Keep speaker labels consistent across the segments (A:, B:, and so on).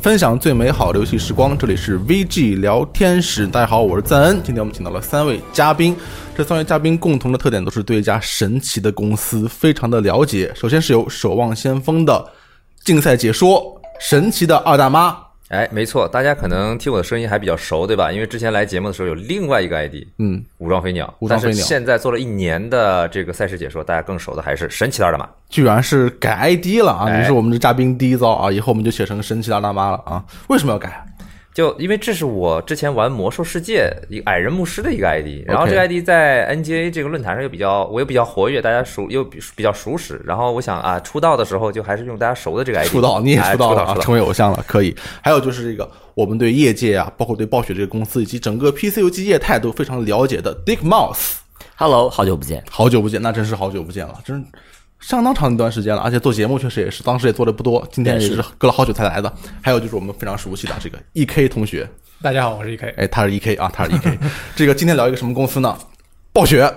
A: 分享最美好的游戏时光，这里是 VG 聊天室。大家好，我是赞恩。今天我们请到了三位嘉宾，这三位嘉宾共同的特点都是对一家神奇的公司非常的了解。首先是由《守望先锋》的竞赛解说，神奇的二大妈，
B: 哎，没错，大家可能听我的声音还比较熟，对吧？因为之前来节目的时候有另外一个 ID，
A: 嗯，
B: 武装飞鸟，
A: 武装飞鸟
B: 但是现在做了一年的这个赛事解说，大家更熟的还是神奇的二大妈。
A: 居然是改 ID 了啊！
B: 哎
A: 你是我们的嘉宾第一遭啊，以后我们就写成神奇的二大妈了啊！为什么要改啊？
B: 就因为这是我之前玩魔兽世界一个矮人牧师的一个 ID，然后这个 ID 在 NGA 这个论坛上又比较，我又比较活跃，大家熟又比比较熟识，然后我想啊，出道的时候就还是用大家熟的这个 ID，
A: 出道你也
B: 哎
A: 出
B: 出
A: 道了
B: 道
A: 啊，
B: 出道
A: 成为偶像了，可以。还有就是这个，我们对业界啊，包括对暴雪这个公司以及整个 PC 游戏业态都非常了解的 Dick Mouse，
C: Hello，好久不见。
A: 好久不见，那真是好久不见了，真是相当长一段时间了。而且做节目确实也是，当时也做的不多，今天也是隔了好久才来的。还有就是我们非常熟悉的这个 E K 同学，
D: 大家好，我是 EK。
A: 哎，他是 E K 啊，他是 E K。这个今天聊一个什么公司呢？暴雪，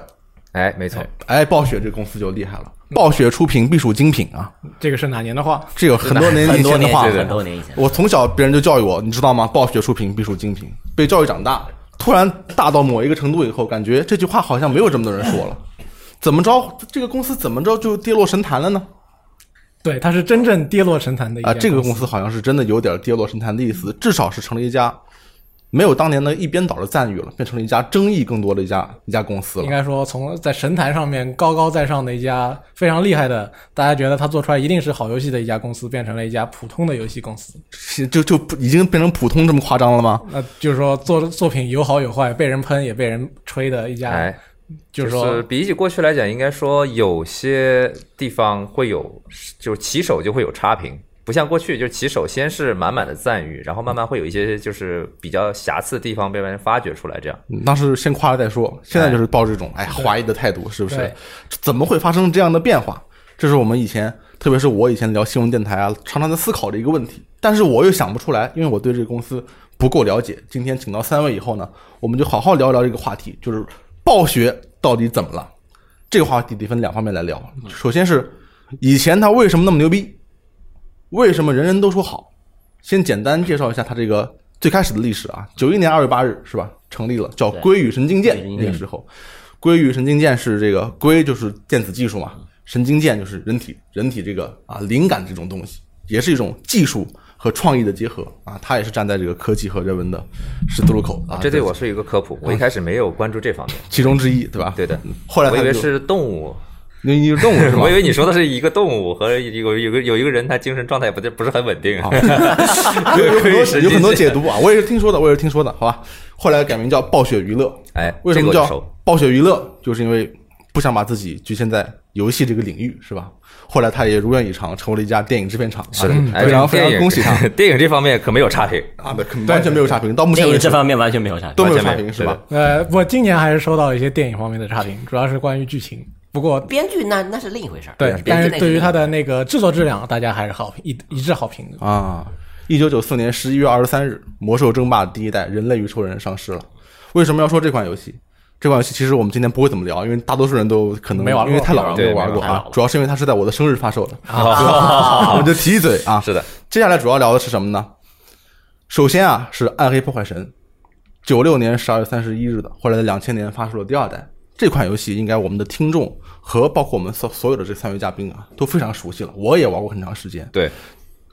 B: 哎，没错，
A: 哎，暴雪这公司就厉害了，暴雪出品必属精品啊，
D: 这个是哪年的话？
A: 这个很多年
C: 很
A: 以
C: 多
A: 前的
C: 年
A: 话
C: 前，
A: 了
C: 很多年以前，
A: 我从小别人就教育我，你知道吗？暴雪出品必属精品，被教育长大，突然大到某一个程度以后，感觉这句话好像没有这么多人说了。怎么着，这个公司怎么着就跌落神坛了呢？
D: 对，它是真正跌落神坛的一
A: 啊、
D: 家
A: 这个
D: 公
A: 公司好像是真的有点跌落神坛的意思，至少是成了一家没有当年的一边倒的赞誉了，变成了一家争议更多的一家一家公司
D: 应
A: 了。
D: 该说从在神坛上面高高在上的一家非常厉害的，大家觉得它做出来一定是好游戏的一家公司，变成了一家普通的游戏公司。
A: 是就就不已经变成普通这么夸张了吗？
D: 那就是说做作品有好有坏，被人喷也被人吹的一家，
B: 哎，
D: 就是
B: 就是
D: 说
B: 比起过去来讲，应该说有些地方会有，就是起手就会有差评，不像过去就是起手先是满满的赞誉，然后慢慢会有一些就是比较瑕疵的地方被别人发掘出来，这样。
A: 嗯当时先夸了再说，现在就是抱这种哎怀疑的态度，是不是
D: 对？
A: 怎么会发生这样的变化？这是我们以前，特别是我以前聊新闻电台啊，常常在思考的一个问题。但是我又想不出来，因为我对这个公司不够了解。今天请到三位以后呢，我们就好好聊一聊这个话题，就是暴雪到底怎么了？这个话题得分两方面来聊。首先是以前它为什么那么牛逼？为什么人人都说好？先简单介绍一下它这个最开始的历史啊，九一年二月八日是吧？成立了叫
C: 对
A: 龟与神经
C: 龟与
A: 剑，
C: 神经
A: 那
C: 剑
A: 个时候，龟与神经剑是这个龟就是电子技术嘛，神经剑就是人体人体这个啊灵感这种东西，也是一种技术和创意的结合啊，它也是站在这个科技和人文的十字路口啊，
B: 这对我是一个科普，我一开始没有关注这方面。
A: 其中之一对吧？
B: 对的，
A: 后来
B: 我
A: 它
B: 以为
A: 就是
B: 动物，
A: 你你是动物是吧？
B: 我以为你说的是一个动物和一个有个有一个人，他精神状态不对，不是很稳定。
A: 啊有有很
B: 可以
A: 多
B: 神
A: 有很多
B: 经
A: 解读啊，我也是听说的，我也是听说的，好吧。后来改名叫暴雪娱乐，
B: 哎
A: 为什么
B: 这个我
A: 叫啊
B: 就熟
A: 暴雪娱乐？就是因为不想把自己局限在游戏这个领域，是吧？后来他也如愿以偿，成为了一家电影制片厂，是
B: 哎
A: 非常非
B: 电
A: 常
B: 影
A: 恭喜他
B: 电影这方面可没有差评，
A: 啊，没可完全没有差评，到目前
C: 电
A: 为
C: 影
A: 止
C: 这方面完全没有啥。
A: 都没有
B: 完全
A: 差
B: 没有
A: 评，是吧？
D: 呃，我今年还是收到了一些电影方面的差评，主要是关于剧情。不过
C: 编剧那那是另一回事儿。
D: 对
C: 编，剧
D: 但是
C: 那
D: 对于它
C: 的
D: 的那个制作质量，大家还是好评一一致好评的。
A: 啊，一九九四年十一月二十三日，《魔兽争霸》第一代《人类与兽人》上市了。为什么要说这款游戏？这款游戏其实我们今天不会怎么聊，因为大多数人都可能
D: 没玩过
A: 因为太老了
B: 对
A: 没玩过
C: 没玩
A: 啊
C: 过。
A: 主要是因为它是在我的生日发售的，啊 我就提一嘴啊。
B: 是的，
A: 接下来主要聊的是什么呢？首先啊，是《暗黑破坏神》，九六年十二月三十一日的，后来在两千年发售了第二代。这款游戏应该我们的听众和包括我们所所有的这三位嘉宾啊都非常熟悉了，我也玩过很长时间。
B: 对，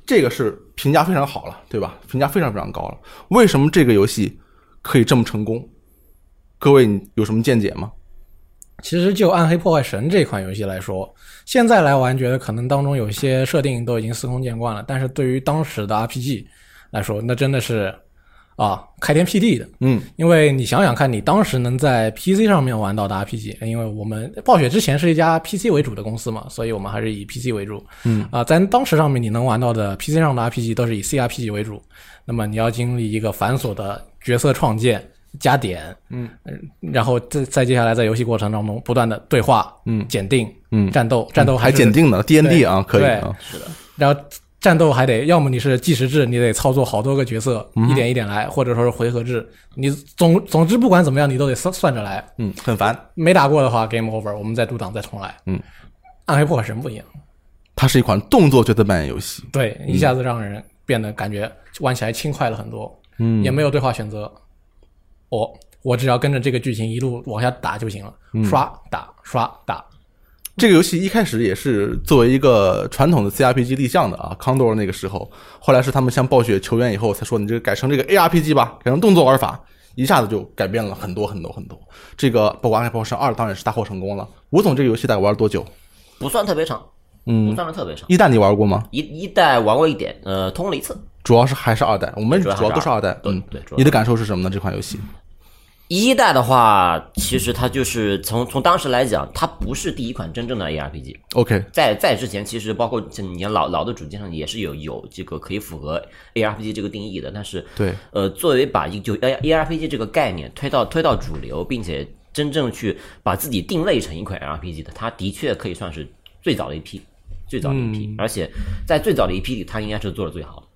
A: 这个是评价非常好了，对吧？评价非常非常高了。为什么这个游戏可以这么成功？各位，你有什么见解吗？
D: 其实就《暗黑破坏神》这款游戏来说，现在来玩觉得可能当中有一些设定都已经司空见惯了，但是对于当时的 RPG 来说，那真的是啊开天辟地的。
A: 嗯，
D: 因为你想想看，你当时能在 PC 上面玩到的 RPG，因为我们暴雪之前是一家 PC 为主的公司嘛，所以我们还是以 PC 为主。嗯啊、在当时上面你能玩到的 PC 上的 RPG 都是以 CRPG 为主，那么你要经历一个繁琐的角色创建、加点，嗯，然后再再接下来在游戏过程当中不断的对话、嗯检定、嗯战斗，战斗还
A: 还
D: 是
A: 检定呢，D N D
D: 对
A: 啊，可以
D: 对
A: 啊，
D: 然后战斗还得要么你是计时制，你得操作好多个角色，一点一点来，或者说是回合制，你总总之不管怎么样，你都得算算着来。
A: 嗯，很烦。
D: 没打过的话，game over，我们再读档再重来。
A: 嗯，
D: 暗黑破坏神不一样，
A: 它是一款动作角色扮演游戏，
D: 对，一下子让人。变得感觉玩起来轻快了很多，嗯，也没有对话选择，我我只要跟着这个剧情一路往下打就行了，刷打刷打，
A: 这个游戏一开始也是作为一个传统的 CRPG 立项的啊，Condor 那个时候，后来是他们向暴雪求援以后，才说你这个改成这个 ARPG 吧，改成动作玩法，一下子就改变了很多很多很多。这个包括《暗黑破坏神二》当然是大获成功了。吴总，这个游戏大概玩了多久？
C: 不算特别长，不
A: 嗯，
C: 算是特别长。
A: 一代你玩过吗？
C: 一一代玩过一点，呃，通了一次。
A: 主要是还是二代，我们主
C: 主要还是
A: 要都是二代。
C: 二代
A: 嗯，
C: 对对主要
A: 你的感受是什么呢？这款游戏？
C: 一代的话，其实它就是从从当时来讲，它不是第一款真正的 ARPG。
A: OK，
C: 在在之前，其实包括像你看老老的主机上也是有有这个可以符合 ARPG 这个定义的，但是
A: 对
C: 呃，作为把一就 A ARPG 这个概念推到推到主流，并且真正去把自己定位成一款 ARPG 的，它的确可以算是最早的一批，最早的一
B: 嗯
C: 批，而且在最早的一批里，它应该是做的最好的。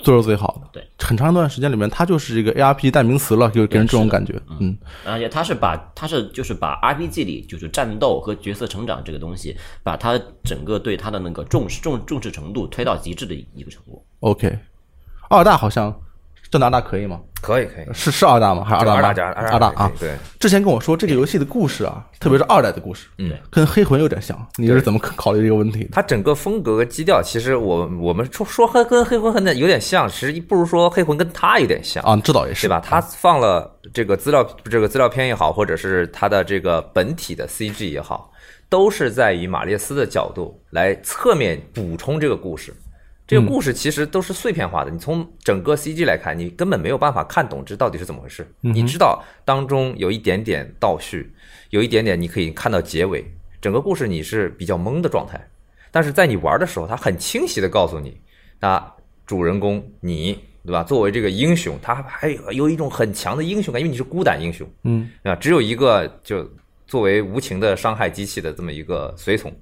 A: 做是最好的。
C: 对，
A: 很长一段时间里面，它就是一个 ARPG 代名词了，就给人这种感觉。嗯，
C: 而且他是把他是就是把 RPG 里就是战斗和角色成长这个东西，把他整个对他的那个重视重重视程度推到极致的一个成果。
A: OK，二代好像正大大可以吗？
B: 可以可以，
A: 是是二大吗？还是
B: 就
A: 二大
B: 二大
A: 吗
B: 加二
A: 二
B: 大
A: 大
B: 可以
A: 啊！
B: 对，
A: 之前跟我说这个游戏的故事啊，特别是二代的故事，
B: 嗯，
A: 跟黑魂有点像。你是怎么考虑这个问题的？
B: 它整个风格和基调，其实我我们说说黑跟黑魂很有点像，其实不如说黑魂跟它有点像。
A: 啊，这倒也是
B: 对吧？他放了这个资料，这个资料片也好，或者是他的这个本体的 CG 也好，都是在以马列斯的角度来侧面补充这个故事。这个故事其实都是碎片化的，你从整个 CG 来看，你根本没有办法看懂这到底是怎么回事。你知道当中有一点点倒叙，有一点点你可以看到结尾，整个故事你是比较懵的状态。但是在你玩的时候，它很清晰的告诉你，那主人公你对吧？作为这个英雄，他还有有一种很强的英雄感，因为你是孤胆英雄，
A: 嗯，
B: 啊，只有一个就作为无情的伤害机器的这么一个随从，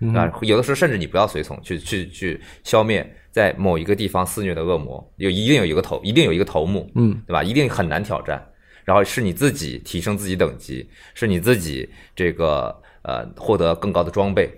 A: 嗯
B: 啊，有的时候甚至你不要随从，去去去消灭在某一个地方肆虐的恶魔，有一定有一个头，一定有一个头目，
A: 嗯，
B: 对吧？一定很难挑战。然后是你自己提升自己等级，是你自己这个呃获得更高的装备，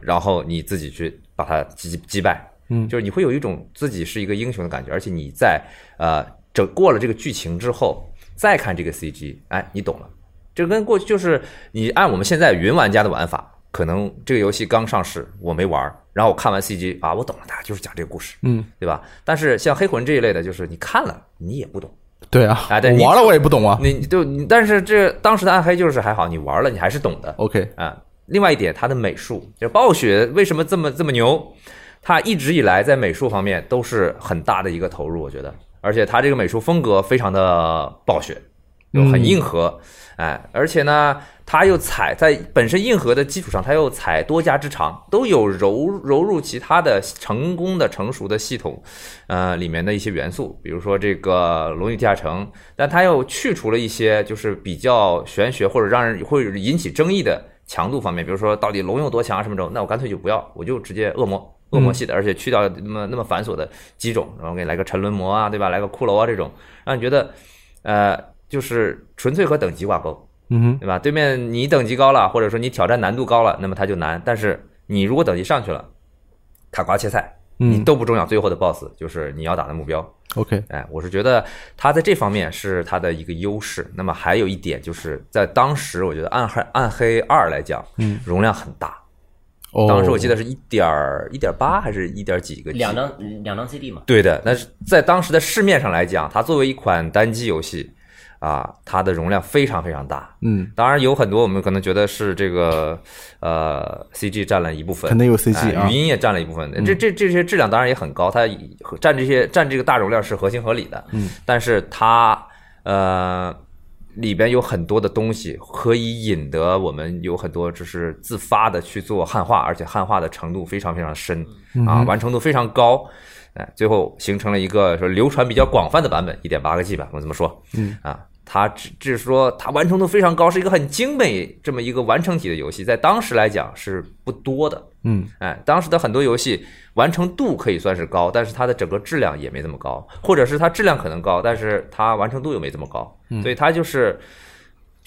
B: 然后你自己去把它击击败，
A: 嗯
B: 就是你会有一种自己是一个英雄的感觉，而且你在呃整过了这个剧情之后，再看这个 CG，哎，你懂了。这跟过去就是你按我们现在云玩家的玩法，可能这个游戏刚上市我没玩儿，然后我看完 CG 啊，我懂了，它就是讲这个故事，
A: 嗯，
B: 对吧？但是像黑魂这一类的，就是你看了你也不懂，
A: 对啊，
B: 啊对你
A: 我玩了我也不懂啊。
B: 你你就你，但是这当时的暗黑就是还好，你玩了你还是懂的
A: OK，
B: 啊。另外一点，它的美术就是暴雪为什么这么这么牛？它一直以来在美术方面都是很大的一个投入，我觉得，而且它这个美术风格非常的暴雪，就很硬核，哎，而且呢，它又踩在本身硬核的基础上，它又踩多家之长，都有揉揉入其他的成功的成熟的系统，呃，里面的一些元素，比如说这个《龙与地下城》，但它又去除了一些就是比较玄学或者让人会引起争议的强度方面，比如说到底龙有多强啊什么种，那我干脆就不要，我就直接恶魔。恶魔系的，而且去掉那么那么繁琐的几种，然后给你来个沉沦魔啊，对吧？来个骷髅啊这种，让你觉得，呃，就是纯粹和等级挂钩，
A: 嗯
B: 对吧？对面你等级高了，或者说你挑战难度高了，那么它就难。但是你如果等级上去了，砍瓜切菜，
A: 嗯
B: 你都不重要。最后的 BOSS 就是你要打的目标。
A: 哼，OK，
B: 哎，我是觉得它在这方面是它的一个优势。那么还有一点就是在当时，我觉得《暗黑暗黑二》来讲，嗯，容量很大。
A: 哦，
B: 当时我记得是一点一点八还是一点几个 G
C: 两张两张 CD 嘛，
B: 对的，但是在当时的市面上来讲，它作为一款单机游戏啊，它的容量非常非常大。
A: 嗯，
B: 当然有很多我们可能觉得是这个呃 CG 占了一部分，
A: 肯定有 CG
B: 哎
A: 啊
B: 语音也占了一部分。这这这些质量当然也很高，它占这些占这个大容量是合情合理的。嗯，但是它呃。里边有很多的东西可以引得我们有很多就是自发的去做汉化，而且汉化的程度非常非常深啊，完成度非常高，哎，最后形成了一个说流传比较广泛的版本，一点八个 G 吧，我这么说，嗯啊，它只只是说它完成度非常高，是一个很精美这么一个完成体的游戏，在当时来讲是不多的，
A: 嗯，
B: 哎，当时的很多游戏完成度可以算是高，但是它的整个质量也没这么高，或者是它质量可能高，但是它完成度又没这么高，所以它就是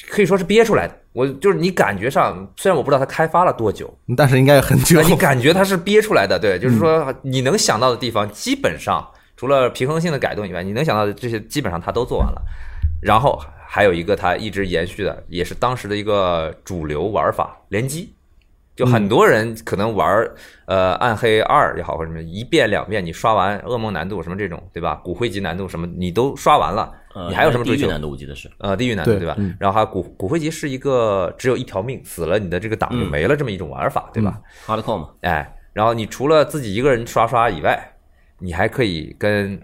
B: 可以说是憋出来的。我就是你感觉上，虽然我不知道它开发了多久，
A: 但是应该很久
B: 哎呃那。
C: 嗯
B: 你感觉它是憋出来的，对，就是说你能想到的地方，基本上除了平衡性的改动以外，你能想到的这些基本上它都做完了。然后还有一个它一直延续的，也是当时的一个主流玩法——联机。就很多人可能玩儿呃《暗黑二》也好或者什么，一遍两遍你刷完噩梦难度什么这种，对吧？骨灰级难度什么你都刷完了，
C: 呃
B: 你还有什么追
C: 地狱
B: 求？
C: 难度？嗯我记得是
B: 呃，地狱难度
A: 对
B: 对吧？然后还有骨骨灰级是一个只有一条命，死了你的这个档
C: 嗯
B: 就没了这么一种玩法，对吧？
C: hardcore 嘛，
B: 哎，然后你除了自己一个人刷刷以外，你还可以跟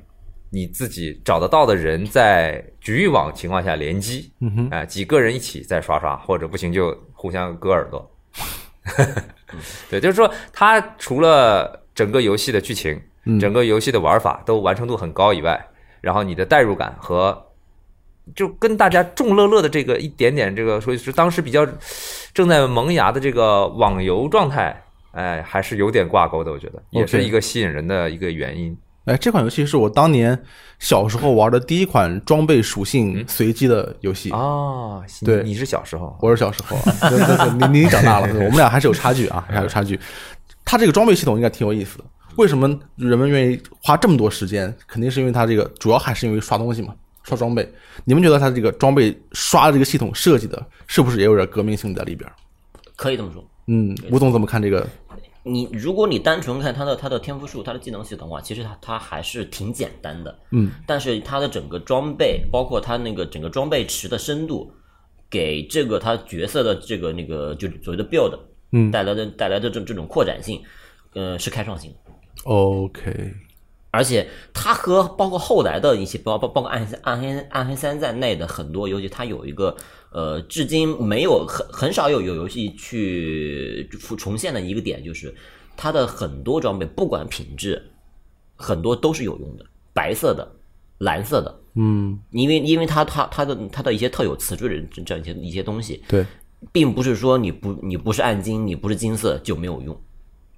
B: 你自己找得到的人在局域网情况下联机，
A: 嗯哼，
B: 哎，几个人一起再刷刷，或者不行就互相割耳 朵。对，就是说，它除了整个游戏的剧情、
A: 嗯
B: 整个游戏的玩法都完成度很高以外，然后你的代入感和就跟大家众乐乐的这个一点点这个，所以是当时比较正在萌芽的这个网游状态，哎，还是有点挂钩的，我觉得也是
A: OK
B: 一个吸引人的一个原因。
A: 哎，这款游戏是我当年小时候玩的第一款装备属
B: 嗯
A: 性随机的游戏。
B: 哦，你
A: 对
B: 你是小时候，
A: 我是小时候啊，对对对您您长大了，我们俩还是有差距啊，还是有差距。它这个装备系统应该挺有意思的。为什么人们愿意花这么多时间？肯定是因为它这个主要还是因为刷东西嘛，刷装备。你们觉得它这个装备刷的这个系统设计的，是不是也有点革命性在里边儿？
C: 可以这么说。
A: 嗯，吴总怎么看这个？
C: 你如果你单纯看它的它的天赋树、它的技能系统的话，其实它它还是挺简单的。嗯，但是它的整个装备，包括它那个整个装备池的深度，给这个它角色的这个那个就所谓的 build，嗯，带来的带来的这这种扩展性，呃，是开创性的。
A: OK，
C: 而且它和包括后来的一些，包包包括暗黑暗黑暗黑三在内的很多游戏，它有一个呃，至今没有很很少有有游戏去复重现的一个点，就是它的很多装备，不管品质，很多都是有用的，白色的、蓝色的，嗯，因为因为它它它的它的一些特有词缀这这样一些一些东西，
A: 对，
C: 并不是说你不你不是暗金，你不是金色就没有用。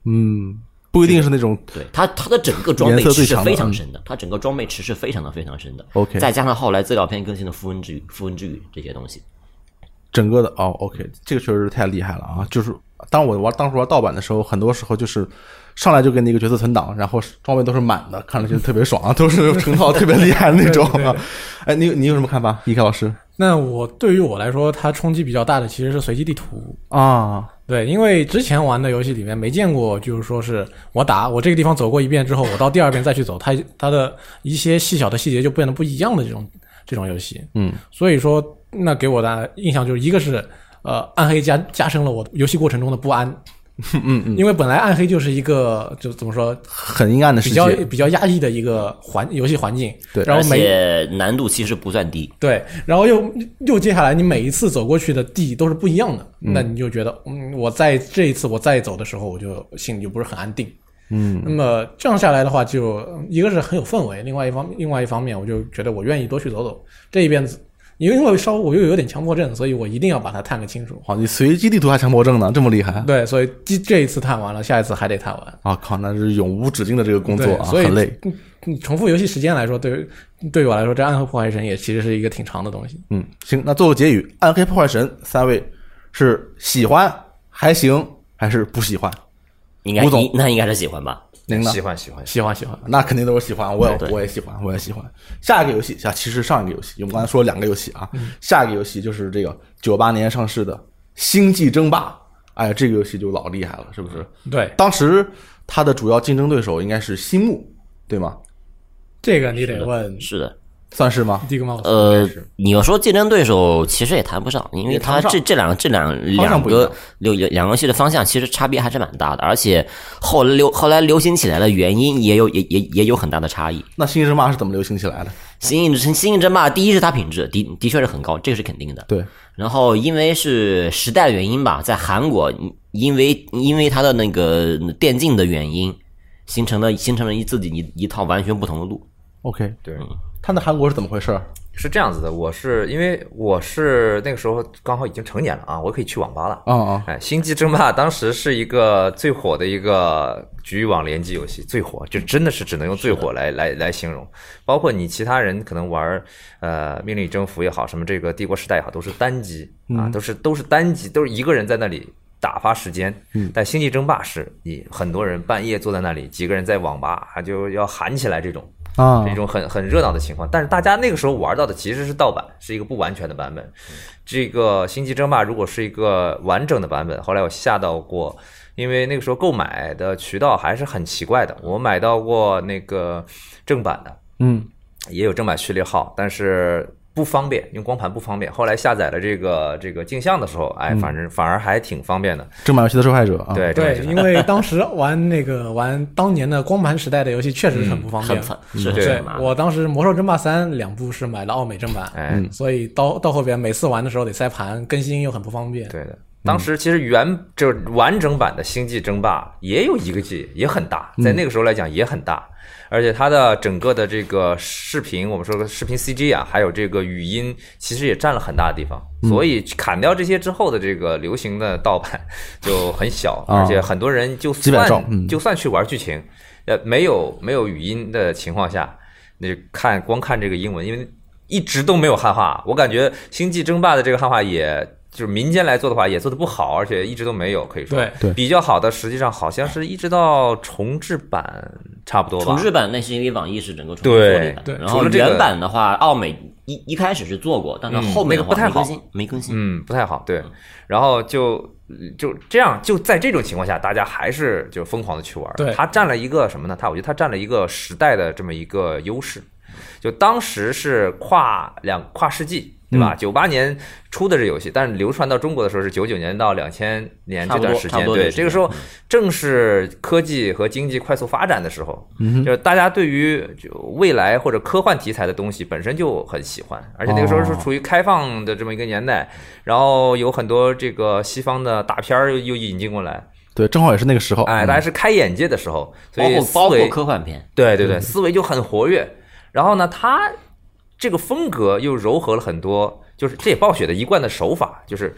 A: 嗯，不一定是那种
C: 对它它的整个装备
A: 颜色
C: 池
A: 最
C: 是
A: 强的
C: 非常
A: 嗯
C: 深的，它整个装备池是非常的非常深的。
A: OK
C: 再加上后来资料片更新的符文之语、符文之语这些东西，
A: 整个的哦，OK，这个确实是太厉害了啊！就是当我玩当时玩盗版的时候，很多时候就是上来就给你一个角色存档，然后装备都是满的，看上去特别爽啊，都是成套特别厉害的那种啊。哎，你你有什么看法，一凯老师
D: 那我对于我来说，它冲击比较大的其实是随机地图。
A: 啊？
D: 对，因为之前玩的游戏里面没见过，就是说是我打我这个地方走过一遍之后，我到第二遍再去走，它它的一些细小的细节就变得不一样的这种这种游戏。
A: 嗯，
D: 所以说那给我的印象就是一个是呃暗黑加加深了我游戏过程中的不安。嗯嗯，因为本来暗黑就是一个就怎么说
A: 很阴暗的世
D: 比较
A: 界，
D: 比较压抑的一个环游戏环境，
A: 对
D: 然后
C: 而
D: 每
C: 且难度其实不算低。
D: 对，然后又又接下来，你每一次走过去的地都是不一样的，那你就觉得，嗯，我在这一次我再走的时候，我就心里就不是很安定。嗯，那么这样下来的话就，嗯一个是很有氛围，另外一方另外一方面，我就觉得我愿意多去走走。这一边子，因为我稍我又有点强迫症，所以我一定要把它探个清楚。
A: 哇，你随机地图还强迫症呢，这么厉害
D: 对，所以这这一次探完了，下一次还得探完。
A: 啊！靠，那是永无止境的这个工作
D: 对，
A: 啊，
D: 所以
A: 很累。
D: 嗯嗯重复游戏时间来说，对于对于我来说，这《暗黑破坏神》也其实是一个挺长的东西。
A: 嗯，行，那做个结语，《暗黑破坏神》三位是喜欢还行还是不喜欢？
C: 应该
A: 吴总
C: 你那应该是喜欢吧？
A: 您呢？
B: 喜欢喜欢，
D: 喜欢喜欢，
A: 那肯定都是喜欢，我也
C: 对
A: 我也喜欢，我也喜欢。下一个游戏，下啊其实上一个游戏，我们刚才说了两个游戏啊，
B: 嗯
A: 下一个游戏就是这个九八年上市的《星际争霸》，哎，这个游戏就老厉害了，是不是？
D: 对，
A: 当时它的主要竞争对手应该是新木，对吗？
D: 这个你得问
C: 是的，
A: 算是吗？
D: d i g m o u s
C: 呃，你要说竞争对手，其实也谈不上，因为
A: 也谈
C: 它
A: 不上
C: 这这两这两
A: 方向
C: 两
A: 不一样
C: 个流两个游戏的方向其实差别还是蛮大的，而且后来流后来流行起来的原因也有也也也有很大的差异。
A: 那《星际争霸》是怎么流行起来的？
C: 新颖争新颖争霸，第一是它品质的的确是很高，这个是肯定的。
A: 对，
C: 然后因为是时代的原因吧，在韩国，因为因为它的那个电竞的原因，形成了形成了一自己一一套完全不同的路。
A: ，OK，
B: 对。
A: 它在韩国是怎么回事？
B: 是这样子的，我是因为我是那个时候刚好已经成年了啊，我可以去网吧了。
A: 啊啊，
B: 哎，《星际争霸》当时是一个最火的一个局域网联机游戏，最火就真的是只能用最火来来来形容。包括你其他人可能玩呃《命令与征服》也好，什么这个《帝国时代》也好，都是单机啊，都是都是单机，都是一个人在那里打发时间。但《星际争霸》是你很多人半夜坐在那里，几个人在网吧啊就要喊起来这种。
A: 啊
B: 是一种很很热闹的情况。但是大家那个时候玩到的其实是盗版，是一个不完全的版本。这个《星际争霸》如果是一个完整的版本，后来我下到过，因为那个时候购买的渠道还是很奇怪的。我买到过那个正版的，
A: 嗯
B: 也有正版序列号，但是不方便，用光盘不方便。后来下载了这个这个镜像的时候，哎，反正反而还挺方便的。
A: 正版游戏的受害者啊，，
B: 对
D: 对，
B: 正版
D: 因为当时玩那个玩当年的光盘时代的游戏确实是很不方
C: 嗯
D: 便
C: 很。烦，是
B: 对
C: 是
D: 对
C: 很麻，烦。
D: 我当时《魔兽争霸三》两部是买了奥美正版，
B: 哎，
D: 所以到到后边每次玩的时候得塞盘，更新又很不方便。
B: 对的。嗯当时其实原就是完整版的《星际争霸》也有一个 G，也很大，
A: 嗯
B: 在那个时候来讲也很大，而且它的整个的这个视频，我们说的视频 CG 啊，还有这个语音，其实也占了很大的地方。
A: 嗯
B: 所以砍掉这些之后的这个流行的盗版 就很小，
A: 啊
B: 而且很多人就
A: 基本上
B: 算
A: 嗯
B: 就算去玩剧情，呃，没有没有语音的情况下，那看光看这个英文，因为一直都没有汉化。我感觉《星际争霸》的这个汉化也。就是民间来做的话，也做的不好，而且一直都没有，可以说
D: 对
A: 对
B: 比较好的，实际上好像是一直到重制版差不多吧。
C: 重制版那是因为网易是整个重
B: 对
C: 制做了一版
D: 对
C: 然
B: 除
C: 后
B: 了这个嗯
C: 原版的话，奥美一一开始是做过，但是后面的
B: 那个不
C: 话
B: 太
C: 没
B: 好
C: 更新，没更新。
B: 嗯，不太好，对。然后就就这样，就在这种情况下，大家还是就疯狂的去玩儿。
D: 对
B: 它占了一个什么呢？它我觉得它占了一个时代的这么一个优势。就当时是跨两跨世纪，对
C: 嗯
B: 吧？九八、年出的这游戏，但是流传到中国的时候是九九年到两千年这段时
C: 差
B: 间，
C: 不多差不多这
B: 对，
C: 个时间嗯
B: 这个时候正是科技和经济快速发展的时候，
C: 嗯
B: 就是大家对于就未来或者科幻题材的东西本身就很喜欢，而且那个时候是处于开放的这么一个年代，然后有很多这个西方的大片儿又又引进过来，
A: 对，正好也是那个时候，
B: 哎，
A: 嗯
B: 大家是开眼界的时候，所
C: 哦包
B: 以
C: 括
B: 思
C: 包括
B: 维
C: 科幻嗯片，
B: 对对对，思维就很活跃。然后呢，他这个风格又糅合了很多，就是这也暴雪的一贯的手法，就是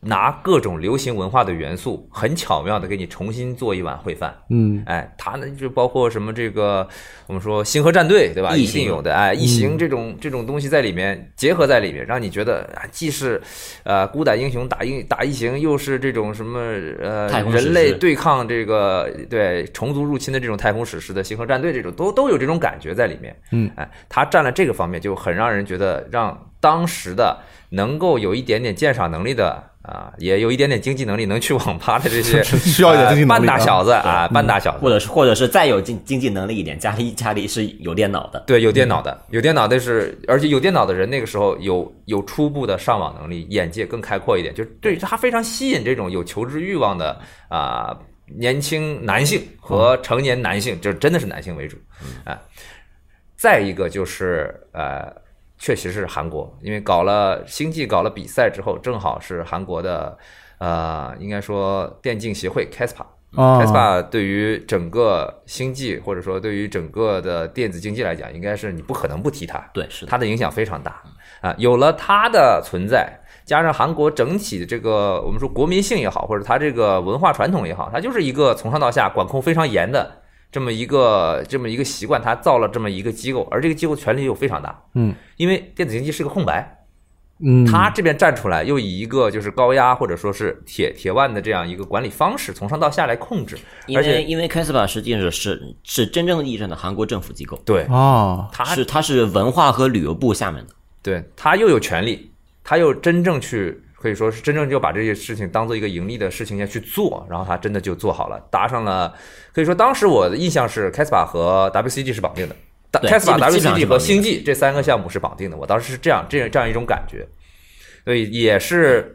B: 拿各种流行文化的元素，很巧妙的给你重新做一碗烩饭。
A: 嗯，
B: 哎，他呢就包括什么这个，我们说星河战队对吧？
C: 异
B: 一
C: 形
B: 定有的，哎，
A: 嗯
B: 异形这种、这种东西在里面结合在里面，让你觉得啊，既是呃孤胆英雄打英打异形，又是这种什么呃
C: 太空史诗
B: 人类对抗这个对虫族入侵的这种太空史诗的星河战队这种，都都有这种感觉在里面。
A: 嗯，
B: 哎，他占了这个方面，就很让人觉得让当时的能够有一点点鉴赏能力的。啊，也有一点点经济能力，能去网吧的这些
A: 需要一点
B: 呃
A: 经济能力
B: 半大
A: 啊
B: 小子啊，半大小子，
C: 或者是或者是再有经经济能力一点，家里家里是有电脑的，
B: 对，有电脑的，有电脑的是，而且有电脑的人那个时候有有初步的上网能力，眼界更开阔一点，就是对他非常吸引这种有求知欲望的啊、年轻男性和成年男性，就是真的是男性为主啊。再一个就是呃，确实是韩国，因为搞了星际搞了比赛之后，正好是韩国的呃，应该说电竞协会 KESPA。
A: 啊
B: Tesla 对于整个星际或者说对于整个的电子竞技来讲，应该是你不可能不提它，
C: 对，是的，
B: 它的影响非常大啊。有了它的存在，加上韩国整体的这个我们说国民性也好，或者它这个文化传统也好，它就是一个从上到下管控非常严的这么一个这么一个习惯，它造了这么一个机构，而这个机构权力又非常大，
A: 嗯，
B: 因为电子竞技是个空白，
A: 嗯，
B: 他这边站出来，又以一个就是高压或者说是铁铁腕的这样一个管理方式，从上到下来控制，
C: 因
B: 而
C: 为
B: 且
C: 因为 c a s p a 实际上是是真正意义上的韩国政府机构，
B: 对
A: 啊，
B: 他
C: 是它是文化和旅游部下面的，
B: 对他又有权利，他又真正去可以说是真正就把这些事情当做一个盈利的事情要去做，然后他真的就做好了，搭上了。可以说当时我的印象是 c a s p a 和 WCG 是绑定的。
C: 对
B: c a s p a
C: 基本基本上
B: WCG
C: 是绑定的
B: 和星际这三个项目是绑定的，我当时是这样这样这样一种感觉，所以也是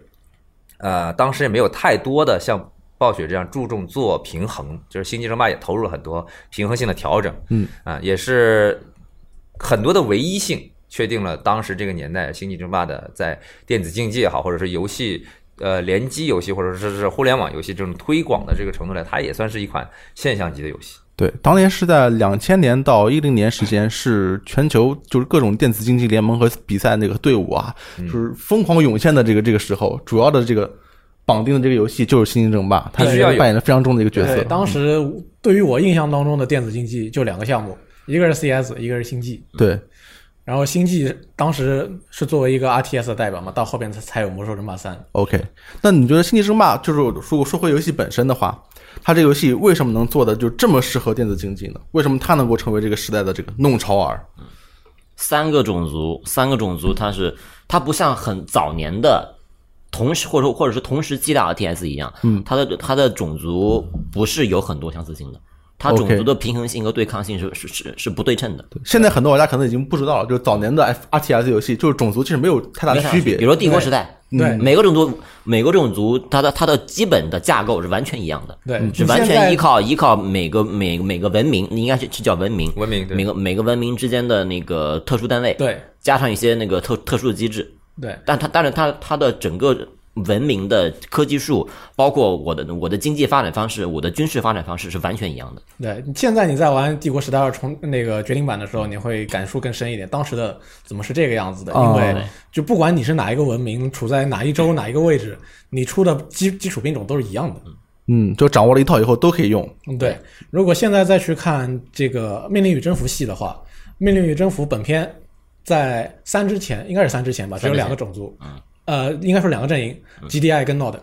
B: 呃，当时也没有太多的像暴雪这样注重做平衡，就是《星际争霸》也投入了很多平衡性的调整，
A: 嗯
B: 啊、也是很多的唯一性确定了当时这个年代《星际争霸》的在电子竞技也好，或者是游戏。呃，联机游戏或者说是互联网游戏这种推广的这个程度来，它也算是一款现象级的游戏。
A: 对，当年是在两千年到一零年时间，是全球就是各种电子竞技联盟和比赛那个队伍啊，就是疯狂涌现的这个这个时候，主要的这个绑定的这个游戏就是《星际争霸》，它
B: 必须
A: 是
B: 要有
A: 扮演着非常重的一个角
D: 对
C: 嗯
A: 色。
D: 当时对于我印象当中的电子竞技就两个项目，一个是 CS，一个是星际。
A: 对，
D: 然后星际当时是作为一个 RTS 的代表嘛，到后边才才有魔兽争霸三。
A: OK，那你觉得《星际争霸》就是说说回游戏本身的话，它这个游戏为什么能做的就这么适合电子竞技呢？为什么它能够成为这个时代的这个弄潮儿？
C: 三个种族，三个种族它是它不像很早年的同时或者说或者是同时击打的 TS 一样，嗯，它的它的种族不是有很多相似性的，它
A: OK
C: 种族的平衡性和对抗性是是是是不对称的。
A: 现在很多玩家可能已经不知道了，就是早年的 F R T S 游戏，就是种族其实没有太大
C: 没
A: 的
C: 啥
A: 区别
C: 比。如说帝国时代，
D: 对
C: 嗯每个种族每个种族它的它的基本的架构是完全一样的，
D: 对
C: 是
D: 嗯
C: 完
D: 现在
C: 全依靠依靠每个每每个文明，应该是是叫文明，
B: 文明对
C: 每个每个文明之间的那个特殊单位，
D: 对，
C: 加上一些那个特特殊的机制，
D: 对，
C: 但它但是它它的整个文明的科技树，包括我的我的经济发展方式，我的军事发展方式是完全一样的。
D: 对，现在你在玩《帝国时代二》重那个决定版的时候，你会感触更深一点，当时的怎么是这个样子的？因
A: 哦
D: 为就不管你是哪一个文明，处在哪一州、哪一个位置，你出的基基础兵种都是一样的。
A: 嗯，就掌握了一套以后都可以用。
D: 嗯，对。如果现在再去看这个《命令与征服》系的话，《命令与征服》本片在三之前，应该是三之前嗯吧，只有两个种族，呃，应该说两个阵营，GDI 跟 NOD，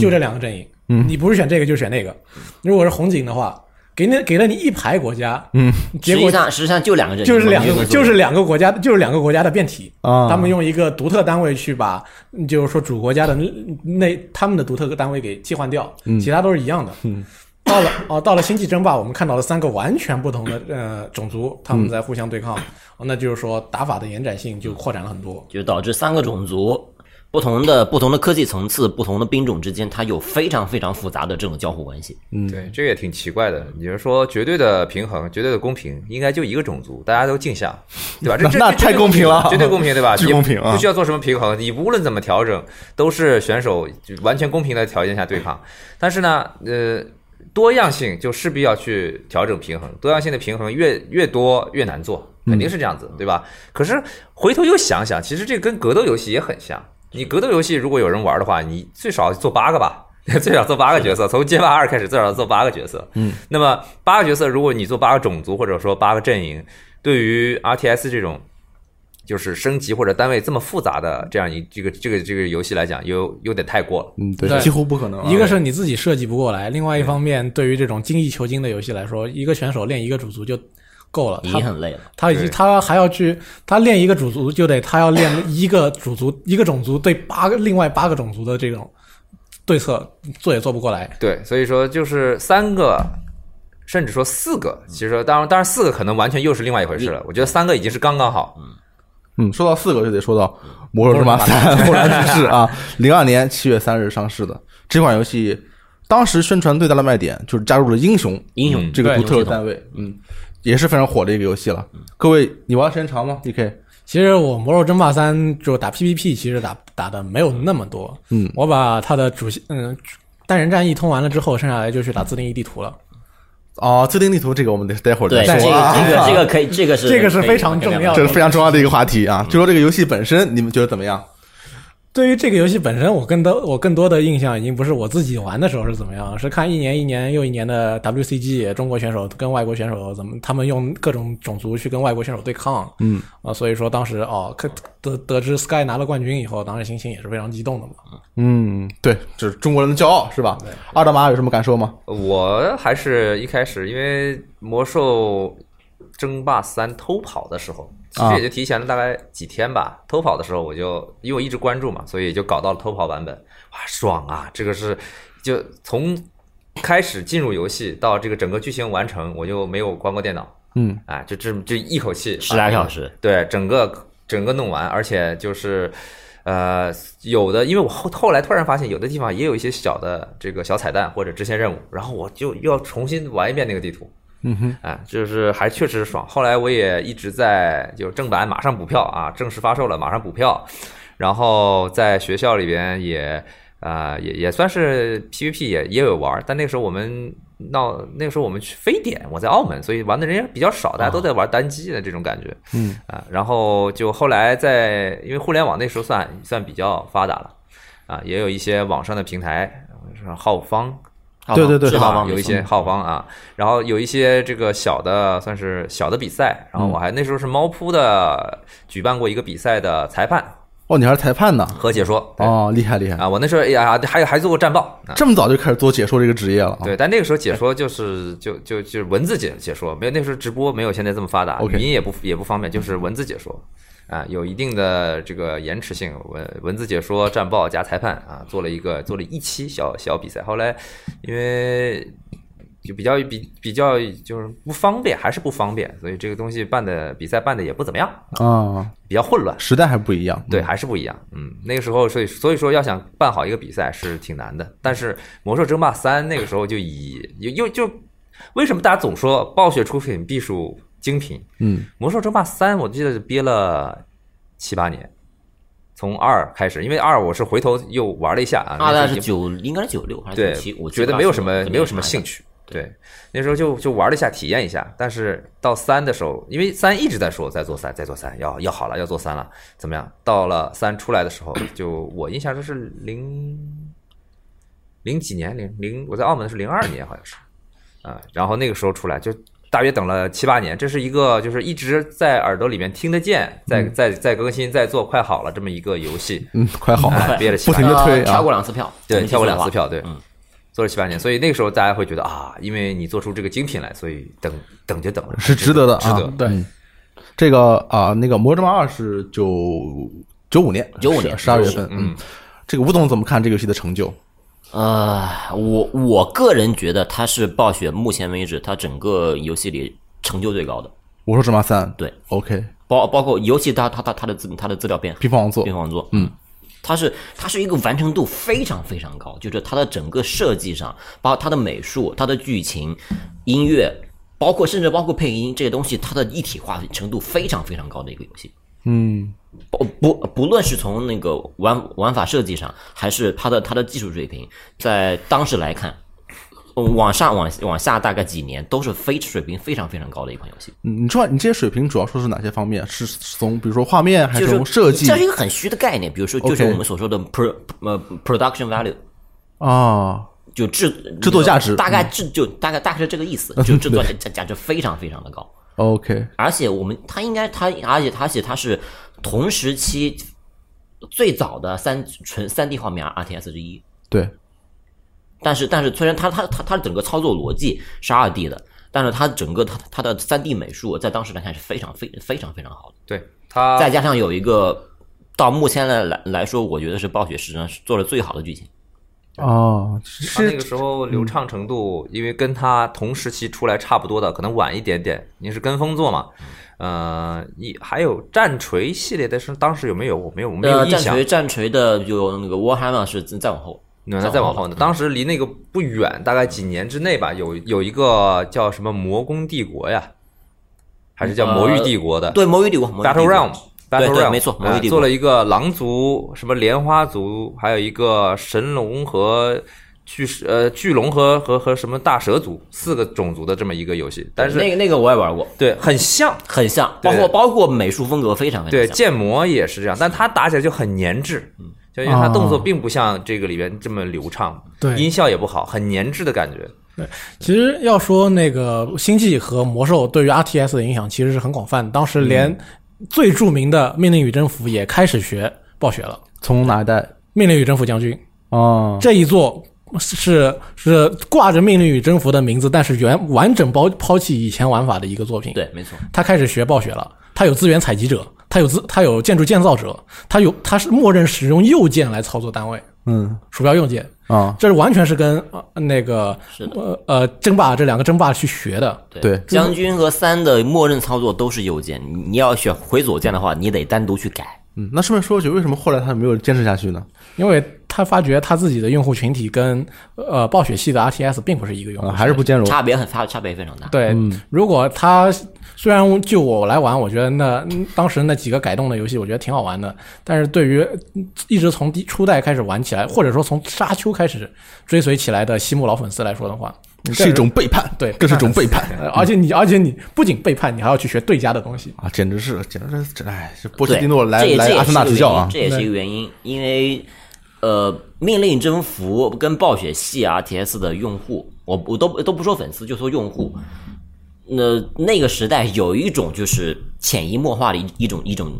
D: 就这两个阵营。你不是选这个就是选那个。如果是红警的话，给你给了你一排国家，嗯，结
C: 实
D: 果
C: 际上实际上就两个人，
D: 就是两个，就是是两个国家，就是两个国家的变体。
A: 啊
D: 他们用一个独特单位去把，嗯就是说主国家的那他们的独特单位给替换掉，
A: 嗯
D: 其他都是一样的。到了哦，到了星际争霸，我们看到了三个完全不同的呃种族，他
A: 嗯
D: 们在互相对抗，哦那就是说打法的延展性就扩展了很多。
C: 就导致三个种族。不同的不同的科技层次、不同的兵种之间，它有非常非常复杂的这种交互关系。
B: 对，这个也挺奇怪的。你是说绝对的平衡、绝对的公平，应该就一个种族，大家都竞相，对吧？这这
A: 那
B: 这
A: 太公平了
B: 绝对公平，对 吧？
A: 巨公平啊
B: 也不需要做什么平衡，你无论怎么调整，都是选手就完全公平的条件下对抗。但是呢，呃，多样性就势必要去调整平衡，多样性的平衡越越多越难做，肯
A: 嗯
B: 定是这样子，对吧？可是回头又想想，其实这跟格斗游戏也很像。你格斗游戏如果有人玩的话，你最少做八个吧。 最少做八个角色，从街霸二开始，最少做八个角色。嗯，那么八个角色，如果你做八个种族或者说八个阵营，对于 RTS 这种就是升级或者单位这么复杂的这样一这个这个这个游戏来讲，又有点太过了。
A: 嗯，对
D: 对
A: 几乎不可能、啊。
D: 一个是你自己设计不过来，另外一方面，对于这种精益求精的游戏来说，一个选手练一个种族就够了，
C: 已
D: 他
C: 经很累了，
D: 他已经
B: 对
D: 他还要去，他练一个种族就得他要练一个种族一个种族对八个另外八个种族的这种对策做也做不过来。
B: 对，所以说就是三个，甚至说四个，其实说当然当然四个可能完全又是另外一回事了。我觉得三个已经是刚刚好。
A: 嗯，说到四个就得说到《魔兽争霸三》《霍 乱之誓》啊，零二年七月三日上市的这款游戏，当时宣传最大的卖点就是加入了英雄
C: 英雄、
B: 嗯
A: 这个独特
C: 系
A: 的
C: 统
A: 单位，嗯，也是非常火的一个游戏了。各位，你玩的时间长吗？DK
D: 其实我《魔兽争霸三》就打 PVP，其实打打的没有那么多。
A: 嗯，
D: 我把他的主线嗯单人战役通完了之后，剩下来就去打自定义地图了。
A: 啊，自定地图这个我们得待会儿
C: 对
A: 再
C: 这个
A: 说啊。
C: 这个 这个可以，这个是
D: 这个是
C: 可以
D: 非常重要
A: 这是非常重要的一个话题啊！就说这个游戏本身，你们觉得怎么样？
D: 对于这个游戏本身，我更多我更多的印象已经不是我自己玩的时候是怎么样，是看一年一年又一年的 WCG 中国选手跟外国选手怎么他们用各种种族去跟外国选手对抗，嗯啊、所以说当时哦，可得得知 Sky 拿了冠军以后，当时心情也是非常激动的嘛。
A: 嗯，对，这是中国人的骄傲是吧？二大妈有什么感受吗？
B: 我还是一开始因为魔兽争霸三偷跑的时候，其实
A: 啊
B: 也就提前了大概几天吧。偷跑的时候我就因为我一直关注嘛，所以就搞到了偷跑版本，哇，爽啊！这个是就从开始进入游戏到这个整个剧情完成，我就没有关过电脑，
A: 嗯，
B: 啊，就这这一口气
C: 十来个
B: 时。
C: 小时，
B: 对，整个整个弄完，而且就是。呃，有的，因为我后后来突然发现，有的地方也有一些小的这个小彩蛋或者支线任务，然后我就又要重新玩一遍那个地图，
A: 嗯哼，
B: 啊，就是还确实爽。后来我也一直在就是正版马上补票啊，正式发售了马上补票，然后在学校里边也啊、也也算是 PVP 也也有玩儿，但那个时候我们闹那个时候我们去非典，我在澳门，所以玩的人也比较少，大家都在玩单机的这种感觉，
A: 啊嗯
B: 啊，然后就后来在因为互联网那时候算算比较发达了啊，也有一些网上的平台，像浩方
C: 好吧
A: 对对对
C: 是
B: 是
C: 好
B: 吧
C: 吧？？
B: 有一些浩方啊，然后有一些这个小的，算
A: 嗯
B: 是小的比赛。然后我还那时候是猫扑的举办过一个比赛的裁判，
A: 哦，你还是裁判呢？
B: 和解说对
A: 哦，厉害厉害，
B: 啊，我那时候哎呀，还有还做过战报啊。
A: 这么早就开始做解说这个职业了啊。
B: 对，但那个时候解说就是就就就是文字解解说，没有那时候直播没有现在这么发达，
A: OK
B: 语音也不也不方便，就是文字解说啊，有一定的这个延迟性。文文字解说、战报加裁判啊，做了一个做了一期小小比赛。后来因为就比较比比较就是不方便，还是不方便，所以这个东西办的比赛办的也不怎么样，
A: 啊，
B: 比较混乱。
A: 时代还不一样。
B: 对，还是不一样。嗯，那个时候，所以所以说要想办好一个比赛是挺难的。但是《魔兽争霸三》那个时候就以又又就为什么大家总说暴雪出品必属精品？
A: 嗯，
B: 《魔兽争霸三》我记得憋了七八年，从二开始，因为二我是回头又玩了一下啊，
C: 二
B: 那
C: 代
B: 时候
C: 是
B: 已经
C: 九，应该是九六还是
B: 对
C: 九七？，我
B: 觉得没有什么没有什么兴
C: 趣。
B: 趣。对，那时候就就玩了一下，体验一下。但是到三的时候，因为三一直在说在做三，在做三，要要好了，要做三了，怎么样？到了三出来的时候，就我印象中是零零几年，零零我在澳门是零二年，好像是啊。然后那个时候出来，就大约等了七八年。这是一个就是一直在耳朵里面听得见，在在在更新，在做，快好了这么一个游戏。
A: 嗯，快好了，
B: 哎憋了七
A: 不
B: 八
A: 停
B: 年
A: 地推
C: 呃
A: 啊
C: 跳过两次票，
B: 对，
C: 整体
B: 跳过两
C: 策
B: 次
C: 划
B: 票，对，
C: 嗯
B: 做了七八年，所以那个时候大家会觉得啊，因为你做出这个精品来，所以等等就等了，
A: 是值得的
B: 值
A: 啊。
B: 得。
D: 对，
A: 这个啊，那个《魔兽争霸二》是九九五年，
C: 95年
A: 十二月份。嗯，这个吴总怎么看这个游戏的成就？
C: 呃，我我个人觉得它是暴雪目前为止它整个游戏里成就最高的，
A: 我说《争霸三》
C: 对
A: ，OK，
C: 包包括尤其它它它它的资它的资料片
A: 乒乓王座
C: 冰皇座，嗯，它是它是一个完成度非常非常高，就是它的整个设计上，包括它的美术、它的剧情、音乐，包括甚至包括配音这些东西，它的一体化程度非常非常高的一个游戏。嗯，不不，不论是从那个玩玩法设计上，还是它的它的技术水平，在当时来看。呃往上往往下大概几年都是非水平非常非常高的一款游戏，
A: 嗯你说你这些水平主要说是哪些方面？是是从比如说画面，还
C: 就是是
A: 从设计
C: 这是一个很虚的概念。比如说，就是
A: OK
C: 我们所说的 pro 呃 production value，
A: 啊？
C: 就制
A: 制作价值嗯
C: 大概制就大概大概是这个意 思，就制作价价价值非常非常的高。
A: OK，
C: 而且我们它应该它而且它而且它是同时期最早的三纯三 D 画面啊 RTS 之一。
A: 对，
C: 但是但是虽然它它它它整个操作逻辑是二 D 的，但是它整个它它的三 D 美术在当时来看是非常非非常非常好的。
B: 对他，
C: 再加上有一个到目前来来来说，我觉得是暴雪史上做的最好的剧情。
A: 哦，
B: 他啊那
A: 是
B: 个时候
C: 嗯
B: 流畅程度，因为跟他同时期出来差不多的，可能晚一点点，你是跟风做嘛。
C: 嗯
B: 呃，一还有战锤系列的是当时有没有？我没有，我没有
C: 呃，
B: 印
C: 战
B: 象。
C: 锤战锤的有那个 Warhammer 是再往后，
B: 那再往后
C: 嗯
B: 呢？当时离那个不远，大概几年之内吧，有有一个叫什么魔宫帝国呀，还是叫魔
C: 呃
B: 域帝国的？
C: 对，魔域帝国魔域帝
B: Battle
C: 国
B: Realm。Battle
C: 对对
B: Realm，
C: 没错
B: 呃
C: 魔域帝国
B: 做了一个狼族、什么莲花族，还有一个神龙和巨石呃巨龙和和和什么大蛇族四个种族的这么一个游戏，但是
C: 那个那个我也玩过，
B: 对很像，
C: 很像，
B: 对
C: 包括包括美术风格非常非
B: 对
C: 常像。嗯
B: 建模也是这样，但它打起来就很粘滞，就因为它
A: 哦
B: 动作并不像这个里边这么流畅，
D: 对
B: 音效也不好，很粘滞的感觉。
D: 其实要说那个《星际》和《魔兽》对于 RTS 的影响，其实是很广泛的。当时连最著名的《命令与征服》也开始学暴雪了，
A: 从哪一代
D: 《命令与征服将军》
A: 啊？
D: 这一座是是挂着《命令与征服》的名字，但是原完整抛抛弃以前玩法的一个作品。
C: 对，没错，
D: 他开始学暴雪了，他有资源采集者，他有资，他有建筑建造者，他有他是默认使用右键来操作单位，
A: 嗯
D: 鼠标右键，
A: 啊，
D: 这是完全是跟、呃、那个
C: 是的
D: 呃呃争霸这两个争霸去学的。
A: 对
C: 将军和三的默认操作都是右键，你你要选回左键的话，你得单独去改。
A: 嗯，那顺便说一句，为什么后来他没有坚持下去呢？
D: 因为他发觉他自己的用户群体跟呃暴雪系的 RTS 并不是一个用户
A: 啊，
D: 群体，
A: 还是不兼容。
C: 差别很差，差别非常大。
D: 对。如果他虽然就我来玩，我觉得那嗯当时那几个改动的游戏，我觉得挺好玩的。但是对于嗯一直从第初代开始玩起来，或者说从沙丘开始追随起来的西木老粉丝来说的话，你
A: 嗯
D: 这
A: 是一种背叛，
D: 对
A: 更是一种背叛
D: 呃而且你而且你不仅背叛，你还要去学对家的东西。
A: 啊！简直是，简直是，这哎，这波
C: 对，
A: 切蒂诺来
C: 这也
A: 来
C: 这也
A: 阿
C: 是
A: 森纳
C: 个
A: 执
C: 原
A: 教
C: 因
A: 啊！
C: 这也是一个原因，因为呃，命令征服跟暴雪系 RTS 的用户，我我都都不说粉丝，就说用户。那那个时代有一种就是潜移默化的一一种一种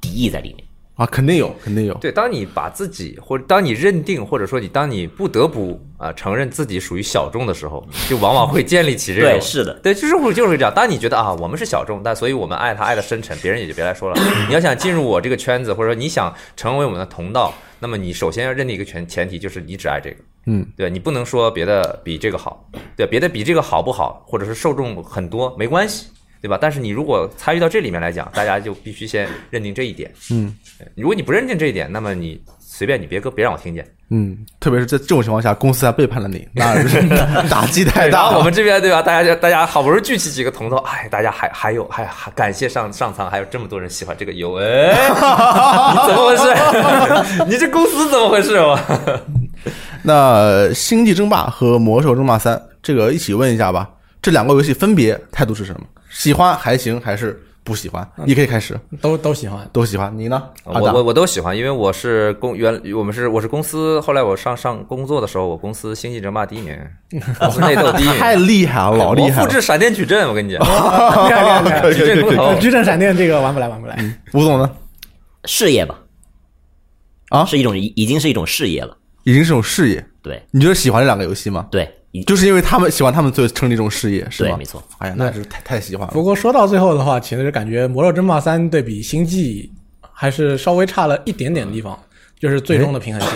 C: 敌意在里面，
A: 啊，肯定有，肯定有。
B: 对，当你把自己或者当你认定或者说你当你不得不啊、承认自己属于小众的 时候，就往往会建立起这种
C: 对是的
B: 对，就是会就是会这样。当你觉得啊我们是小众，但所以我们爱他爱的深沉，别人也就别来说 了。你要想进入我这个圈子，或者说你想成为我们的同道，那么你首先要认定一个前前提，就是你只爱这个。
A: 嗯，
B: 对你不能说别的比这个好，对别的比这个好不好，或者是受众很多没关系，对吧？但是你如果参与到这里面来讲，大家就必须先认定这一点。
A: 嗯
B: 对，如果你不认定这一点，那么你随便你别跟别让我听见。
A: 嗯，特别是在这种情况下，公司还背叛了你，那是打击太
B: 然
A: 大
B: 后
A: 了。
B: 我们这边对吧？大家就大家好不容易聚起几个同道，哎，大家还还有还还感谢上上苍，还有这么多人喜欢这个油， 哎，你怎么回事？你这公司怎么回事？我
A: 那呃《星际争霸》和《魔兽争霸三》这个一起问一下吧，这两个游戏分别态度是什么？喜欢还行还是不喜欢？你可以开始，
D: 都都喜 欢。
A: 都喜欢。你呢？阿
B: 我
A: 达
B: 我我都喜欢，因为我是公原我们是我是公司，后来我上上工作的时候，我公司星际争霸第 一名，公司内斗第一名，
A: 太厉害了，老厉害
B: 我复
A: 了。
B: 制闪电矩阵，我跟你讲，
A: 可以
B: 矩
A: 可以
B: 阵
A: 可
B: 空
A: 以。
B: 投
D: 矩阵闪电这个玩不来，玩不来。
A: 吴总呢？
C: 事业吧，
A: 啊
C: 是一种已已经是一种事业了，
A: 已经是种事业，
C: 对
A: 你就是喜欢这两个游戏吗？
C: 对，已
A: 就是因为他们喜欢他们，所以成立这种事业，是吗？
C: 对没错。
A: 哎呀，那是太太喜欢了
D: 不。过说到最后的话，其实感觉《魔兽争霸三》对比《星际》还是稍微差了一点点地方，就是最终的平衡性。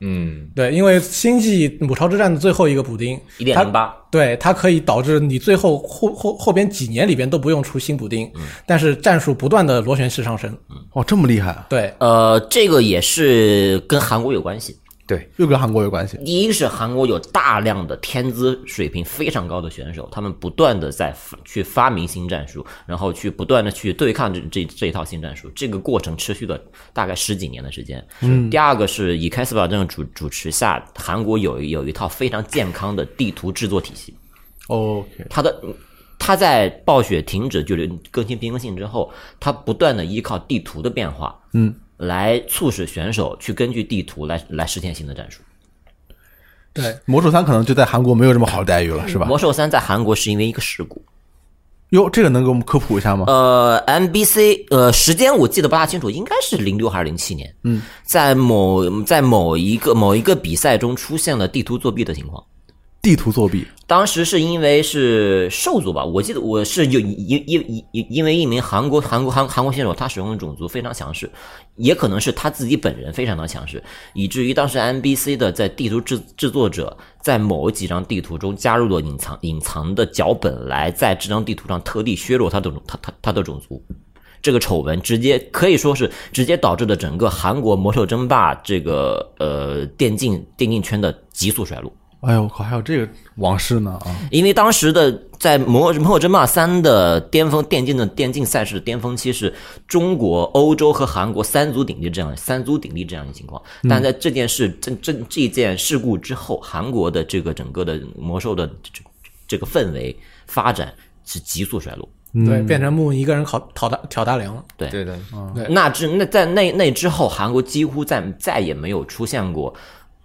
B: 嗯，
D: 对，因为《星际母超之战》的最后一个补丁，
C: 一点
D: 它
C: 零八，
D: 对，它可以导致你最后后后后边几年里边都不用出新补丁，
C: 嗯
D: 但是战术不断的螺旋式上升。
A: 哦，这么厉害啊！
D: 对，
C: 呃，这个也是跟韩国有关系。
B: 对，
A: 又跟韩国有关系。
C: 第一个是韩国有大量的天资水平非常高的选手，他们不断的在发去发明新战术，然后去不断的去对抗这这这一套新战术，这个过程持续了大概十几年的时间。嗯，第二个是以凯斯巴这种主主持下，韩国有有一套非常健康的地图制作体系，
A: 哦 OK，
C: 它的它在暴雪停止就是更新平衡性之后，它不断的依靠地图的变化，嗯，来促使选手去根据地图来来实现新的战术。
D: 对，
A: 魔兽三可能就在韩国没有这么好的待遇了，是吧？
C: 魔兽三在韩国是因为一个事故，
A: 哟，这个能给我们科普一下吗？
C: 呃，MBC，呃，时间我记得不大清楚，应该是零六还是零七年，嗯，在某在某一个某一个比赛中出现了地图作弊的情况。
A: 地图作弊，
C: 当时是因为是兽族吧，我记得我是有因因因因因为一名韩国韩国韩韩国选手，他使用的种族非常强势，也可能是他自己本人非常的强势，以至于当时 MBC 的在地图制制作者在某几张地图中加入了隐藏隐藏的脚本来，在这张地图上特地削弱他的种他他他的种族。这个丑闻直接可以说是直接导致了整个韩国魔兽争霸这个呃电竞电竞圈的急速衰落。
A: 哎呦我靠，还有这个往事呢啊！
C: 因为当时的在《魔魔兽争霸三》的巅峰电竞的电竞赛事的巅峰期是中国、欧洲和韩国三足鼎立这样三足鼎立这样一个情况，但在这件事这这这件事故之后，韩国的这个整个的魔兽的这这个氛围发展是急速衰落。
D: 对，变成木一个人考挑大挑大梁了。
C: 对，
B: 对的，
D: 对
C: 那之那在那那之后，韩国几乎再再也没有出现过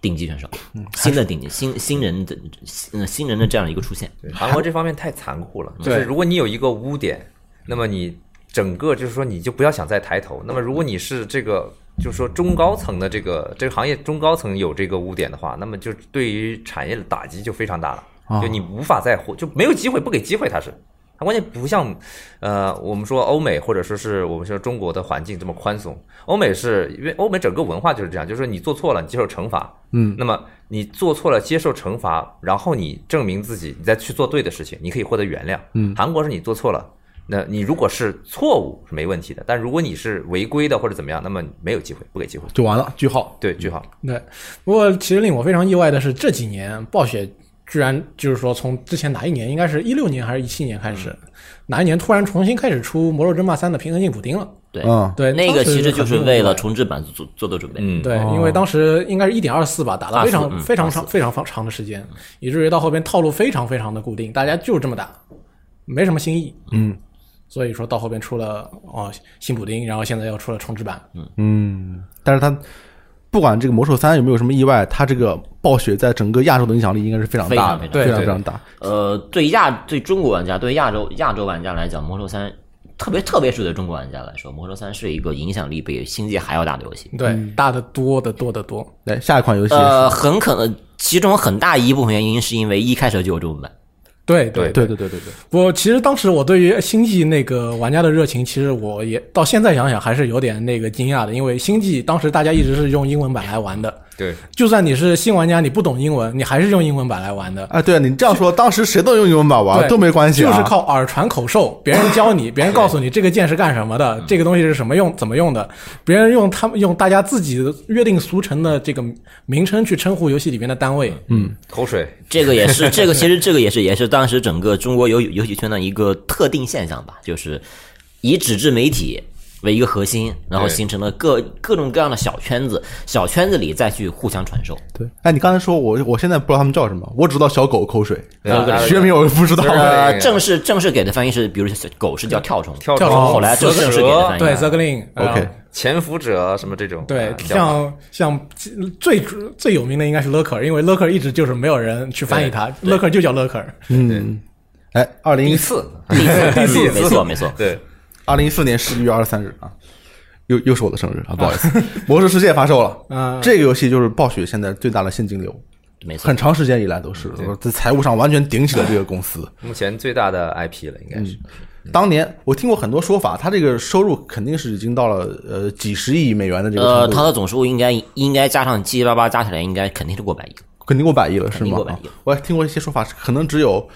C: 顶级选手，新的顶级新新人的新新人的这样一个出现。
B: 韩国这方面太残酷了，就
D: 对
B: 是如果你有一个污点，那么你整个就是说你就不要想再抬头。那么如果你是这个就是说中高层的这个这个行业中高层有这个污点的话，那么就对于产业的打击就非常大了，就你无法再活，就没有机会，不给机会它是。它关键不像，呃，我们说欧美或者说是我们说中国的环境这么宽松。欧美是因为欧美整个文化就是这样，就是说你做错了，你接受惩罚。嗯，那么你做错了，接受惩罚，然后你证明自己，你再去做对的事情，你可以获得原谅。嗯，韩国是你做错了，那你如果是错误是没问题的，但如果你是违规的或者怎么样，那么没有机会，不给机会。
A: 就完了，句号。
B: 对，句号。
D: 对，不过其实令我非常意外的是，这几年暴雪居然就是说从之前哪一年，应该是一六年还是一七年开始，
C: 嗯
D: 哪一年突然重新开始出《魔兽争霸三》的平衡性补丁了。
C: 对，
A: 嗯，
D: 对，
C: 那个
D: 当时
C: 其实就是为了
D: 很
C: 重置版做做的准备。
B: 嗯，
D: 对，因为当时应该是一点二四吧，打了非常、
C: 24嗯
D: 非常长非常长长的时间，以至于到后边套路非常非常的固定，大家就是这么打，没什么新意。嗯，所以说到后边出了哦新补丁，然后现在又出了重置版。
A: 但是他不管这个魔兽三有没有什么意外，他这个暴雪在整个亚洲的影响力应该是非常大的，
C: 非常非常
A: 非常非
D: 对
A: 常大。
C: 呃，对亚对中国玩家对亚洲亚洲玩家来讲，《魔兽三》特别特别是对中国玩家来说，《魔兽三》是一个影响力比《星际》还要大的游戏。
D: 对，大的多的多的多。
A: 来哎下一款游戏，
C: 呃，很可能其中很大一部分原因是因为一开始就有这种版，
D: 对
B: 对
A: 对对对对对，
D: 我其实当时我对于星际那个玩家的热情，其实我也到现在想想还是有点那个惊讶的，因为星际当时大家一直是用英文版来玩的，
B: 对，
D: 就算你是新玩家，你不懂英文，你还是用英文版来玩的。
A: 啊，对你这样说，当时谁都用英文版玩
D: 对
A: 都没关系、啊，
D: 就是靠耳传口授，别人教你，别人告诉你这个键是干什么的，
A: 嗯
D: 这个东西是什么用，怎么用的，别人用他们用大家自己约定俗成的这个名称去称呼游戏里面的单位，嗯，
B: 口水，
C: 这个也是这个其实这个也是也是当时整个中国游游戏圈的一个特定现象吧，就是以纸质媒体。为一个核心，然后
B: 对
C: 形成了各各种各样的小圈子，小圈子里再去互相传授。
A: 对，哎，你刚才说我，我现在不知道他们叫什么，我只知道小狗口水，呃
B: 对啊
A: 学名我不知道。
B: 对啊
C: 呃，正式正式给的翻译是，比如小狗是叫跳虫，
B: 跳
D: 跳
B: 虫，
D: 虫
C: 后来正
B: 四
C: 式给的
B: 蛇
C: 翻译，
D: 对 z e r g l i n
A: OK，
B: 潜伏者什么这种，
D: 对
B: 啊，叫
D: 像像最最有名的应该是 Lurker，因为 Lurker 一直就是没有人去翻译它，Lurker 就叫 Lurker。
A: 嗯，哎，二零
B: 第
A: 一
B: 四，
C: 第 四
B: 第四
C: 没错没错，
B: 对，
A: 二零一四年十一月二十三日啊，又又是我的生日啊，不好意思， 《魔兽世界》发售了。
D: 啊
A: 这个游戏就是暴雪现在最大的现金流，
C: 没错
A: 很。长时间以来都是在财务上完全顶起了这个公司。
B: 目前最大的 IP 了，应该是，
A: 当年我听过很多说法，它这个收入肯定是已经到了呃几十亿美元的这个
C: 呃，
A: 程
C: 它
A: 度，
C: 的总收入应该应该加上七七八八加起来，应该肯定是过百亿。
A: 肯定过百亿了，是
C: 肯定
A: 吗
C: 过百亿？
A: 我还听过一些说法，可能只有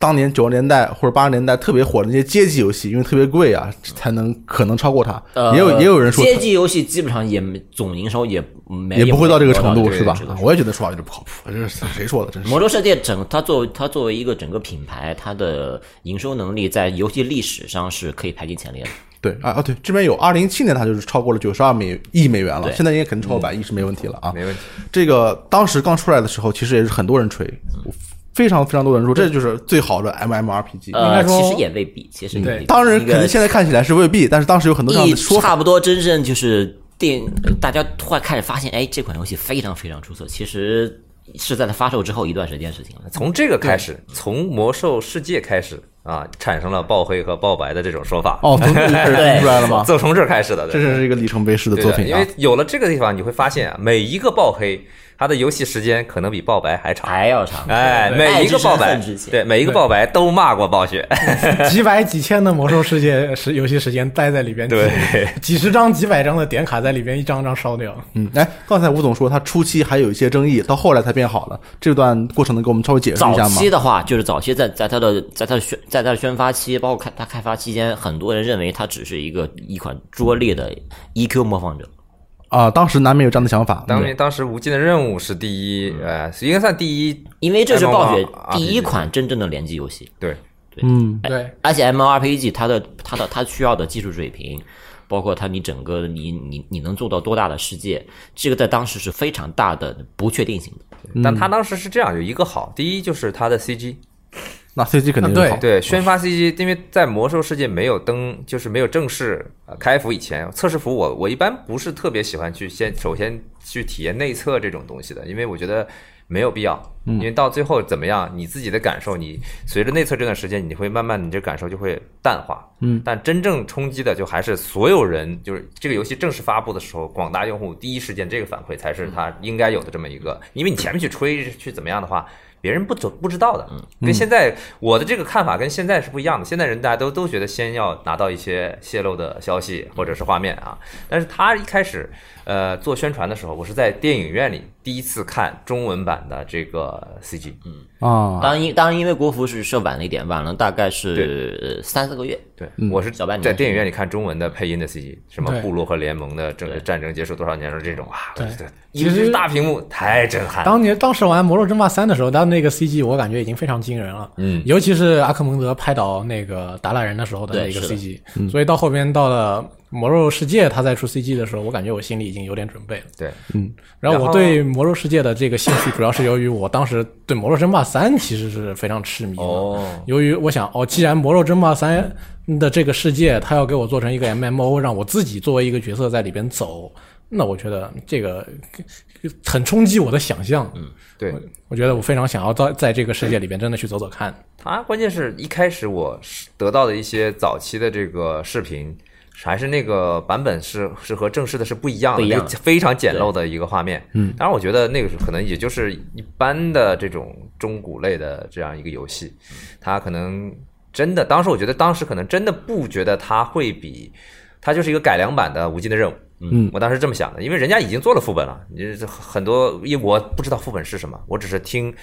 A: 当年九十年代或者八十年代特别火的那些街机游戏，因为特别贵啊，才能可能超过它。
C: 呃，
A: 也有也有人说
C: 街机游戏基本上也没总营收也没
A: 也不会到这个程
C: 没
A: 度，
C: 有
A: 是吧
C: 这个？
A: 我也觉得说法有点不靠谱，这是谁说的？真是
C: 魔兽世界整它作为它作为一个整个品牌，它的营收能力在游戏历史上是可以排进前列的。
A: 对啊啊对，这边有二零一七年它就是超过了九十二美亿美元了，
C: 对嗯
A: 现在应该肯定超过百亿是没问题了啊。
B: 没问题。
A: 这个当时刚出来的时候，其实也是很多人吹，
C: 嗯
A: 非常非常多人说这就是最好的 MMRPG。
D: 应
C: 呃，
D: 该说
C: 其实也未必，其实也
D: 对
C: 未必
A: 嗯当然，
C: 一
A: 可
C: 个
A: 能现在看起来是未必，但是当时有很多这样
C: 一
A: 的说法。
C: 差不多真正就是电，大家突然开始发现，哎，这款游戏非常非常出色。其实是在它发售之后一段时间的事情了。
B: 从这个开始，从魔兽世界开始啊，产生了爆黑和爆白的这种说法。
A: 哦， 从这里开始听出来了吗？
B: 就从这儿开始的，对
A: 这是一个里程碑式的
B: 对
A: 作
B: 的
A: 品
B: 因
A: 啊
B: 为！有了这个地方，你会发现啊，每一个爆黑，它的游戏时间可能比爆白还长。
C: 还要长，
B: 哎，
C: 对
B: 每一个爆白
C: 爱之深恨之，切
B: 对每一个爆白都骂过暴雪，
D: 几百几千的魔兽世界时游戏时间待在里边，
B: 对
D: 几，几十张、几百张的点卡在里边一张张烧掉。
A: 嗯，哎，刚才吴总说他初期还有一些争议，到后来才变好了。这段过程能给我们稍微解释一
C: 早
A: 下吗
C: 期？的话，就是早期在在它的在它的宣在它的宣发期，包括开它开发期间，很多人认为它只是一个一款拙劣的 EQ 模仿者。
A: 啊，当时难免有这样的想法。
B: 当
A: 对嗯
B: 年当时无尽的任务是第一，呃，应该算第一，
C: 因为这是暴
A: 啊
C: 雪
B: MMORPG
C: 第一款真正的联机游戏，
B: 对，
A: 嗯，
D: 对，
C: 而且 MMORPG 它的它的它需要的技术水平，包括它你整个你你你能做到多大的世界，这个在当时是非常大的不确定性的。
A: 嗯
B: 但他当时是这样，有一个好，第一就是他的 CG，
A: 那 CG 肯定
D: 啊对
A: 好。
B: 对，宣发 CG，因为在魔兽世界没有登，就是没有正式呃开服以前，测试服我我一般不是特别喜欢去先首先去体验内测这种东西的，因为我觉得没有必要，因为到最后怎么样，你自己的感受，你随着内测这段时间，你会慢慢你这感受就会淡化，嗯，但真正冲击的就还是所有人，就是这个游戏正式发布的时候，广大用户第一时间这个反馈才是它应该有的这么一个，因为你前面去吹去怎么样的话。别人不走不知道的，跟现在我的这个看法跟现在是不一样的。现在人大家都都觉得先要拿到一些泄露的消息或者是画面啊，但是他一开始呃做宣传的时候，我是在电影院里第一次看中文版的这个 CG，嗯，
A: 啊，
C: 当因当然因为国服是设晚了一点，晚了大概是呃三四个月。
B: 对
A: 嗯
B: 我是
C: 小半年
B: 嗯在电影院里看中文的配音的 CG，什么
D: 对
B: 部落和联盟的这战争结束多少年了这种啊，
D: 对
B: 我觉得
D: 其实
B: 一个大屏幕太震撼了，
D: 当年当时玩《魔兽争霸三》的时候，它那个 CG 我感觉已经非常惊人了，
B: 嗯，
D: 尤其是阿克蒙德拍倒那个达拉人的时候的那
C: 对
D: 个
C: 是的嗯
D: CG，所以到后边到了《魔兽世界》它再出 CG 的时候，我感觉我心里已经有点准备了。
B: 对，
D: 然后
B: 然后
D: 我对《魔兽世界》的这个兴趣，主要是由于我当时对《魔兽争霸三》其实是非常痴迷的。
B: 哦
D: 由于我想，哦，既然《魔兽争霸三》的这个世界，它要给我做成一个 MMO，让我自己作为一个角色在里边走，那我觉得这个很冲击我的想象。嗯，
B: 对，
D: 我觉得我非常想要到在这个世界里边真的去走走看。
B: 他关键是一开始我是得到的一些早期的这个视频，还是那个版本是是和正式的是不一样的，
C: 不一样
B: 那个非常简陋的一个画面。
A: 嗯，
B: 当然我觉得那个是可能也就是一般的这种中古类的这样一个游戏，它可能真的当时我觉得当时可能真的不觉得它会比它就是一个改良版的《无尽的任务》。
A: 嗯
B: 我当时这么想的，因为人家已经做了副本了，你这很多，因为我不知道副本是什么，我只是听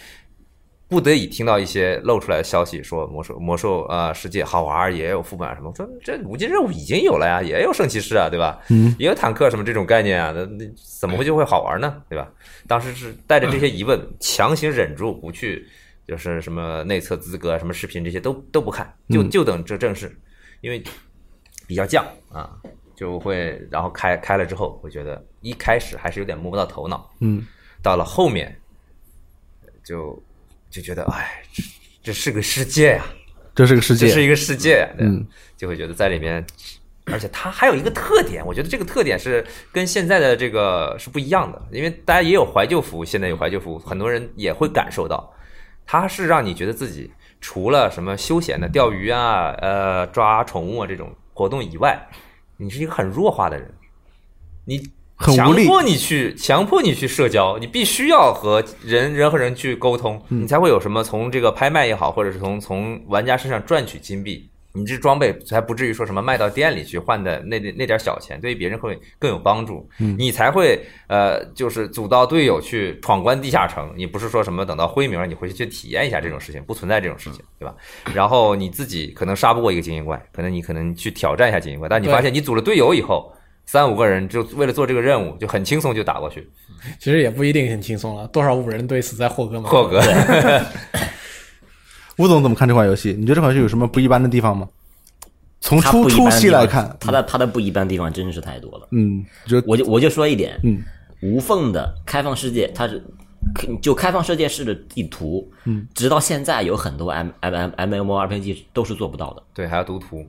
B: 不得已听到一些露出来的消息，说魔兽魔兽呃世界好玩儿，也有副本啊什么。我说这无尽任务已经有了呀，也有圣骑士啊，对吧？
A: 嗯，
B: 也有坦克什么这种概念啊，那那怎么会就会好玩呢？对吧？当时是带着这些 疑问，强行忍住不去，就是什么内测资格、什么视频这些都都不看，就
A: 嗯
B: 就等这正式，因为比较犟啊，就会然后开开了之后，我觉得一开始还是有点摸不到头脑，
A: 嗯，
B: 到了后面就就觉得哎，这这是个世界呀、
A: 这是个世
B: 这
A: 界，
B: 是一个世界、对
A: 嗯，
B: 就会觉得在里面，而且它还有一个特点，我觉得这个特点是跟现在的这个是不一样的，因为大家也有怀旧服务，现在有怀旧服务，很多人也会感受到，它是让你觉得自己除了什么休闲的钓鱼啊、呃抓宠物啊这种活动以外，你是一个很弱化的人，你
A: 很
B: 强
A: 无力
B: 迫你去强迫你去社交，你必须要和人人和人去沟通，
A: 嗯
B: 你才会有什么从这个拍卖也好，或者是从从玩家身上赚取金币。你这装备才不至于说什么卖到店里去换的那那点小钱，对于别人会更有帮助。
A: 嗯
B: 你才会呃，就是组到队友去闯关地下城。你不是说什么等到灰名儿你回去去体验一下这种事情，不存在这种事情，对吧？然后你自己可能杀不过一个精英怪，可能你可能去挑战一下精英怪，但你
D: 对
B: 发现你组了队友以后，三五个人就为了做这个任务，就很轻松就打过去。
D: 其实也不一定很轻松了，多少五人队死在霍格门。
B: 霍格，
A: 吴总怎么看这款游戏？你觉得这款游戏有什么不一般的地方吗？从
C: 它
A: 初
C: 不一般
A: 初
C: 的
A: 期
C: 地方
A: 来看，
C: 它的它的不一般地方真是太多了。
A: 嗯，觉得
C: 我就我就说一点，
A: 嗯，
C: 无缝的开放世界，它是就开放世界式的地图，嗯，直到现在有很多 M M M M M O R P G 都是做不到的。
B: 对，还要读图，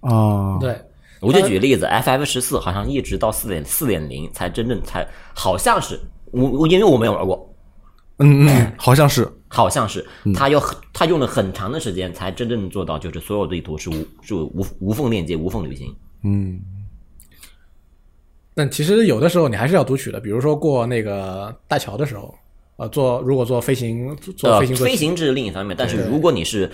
A: 啊，
D: 对，
C: 我就举例子，F F 十四好像一直到四点四点零才真正才好像是我我因为我没有玩过，
A: 嗯嗯，好像是，
C: 好像是它有很它用了很长的时间才真正做到，就是所有地图是无是无无缝链接、无缝旅行。
A: 嗯，
D: 但其实有的时候你还是要读取的，比如说过那个大桥的时候，呃，做如果做飞行做
C: 呃，
D: 飞行做
C: 飞行这是另一方面，但是如果你是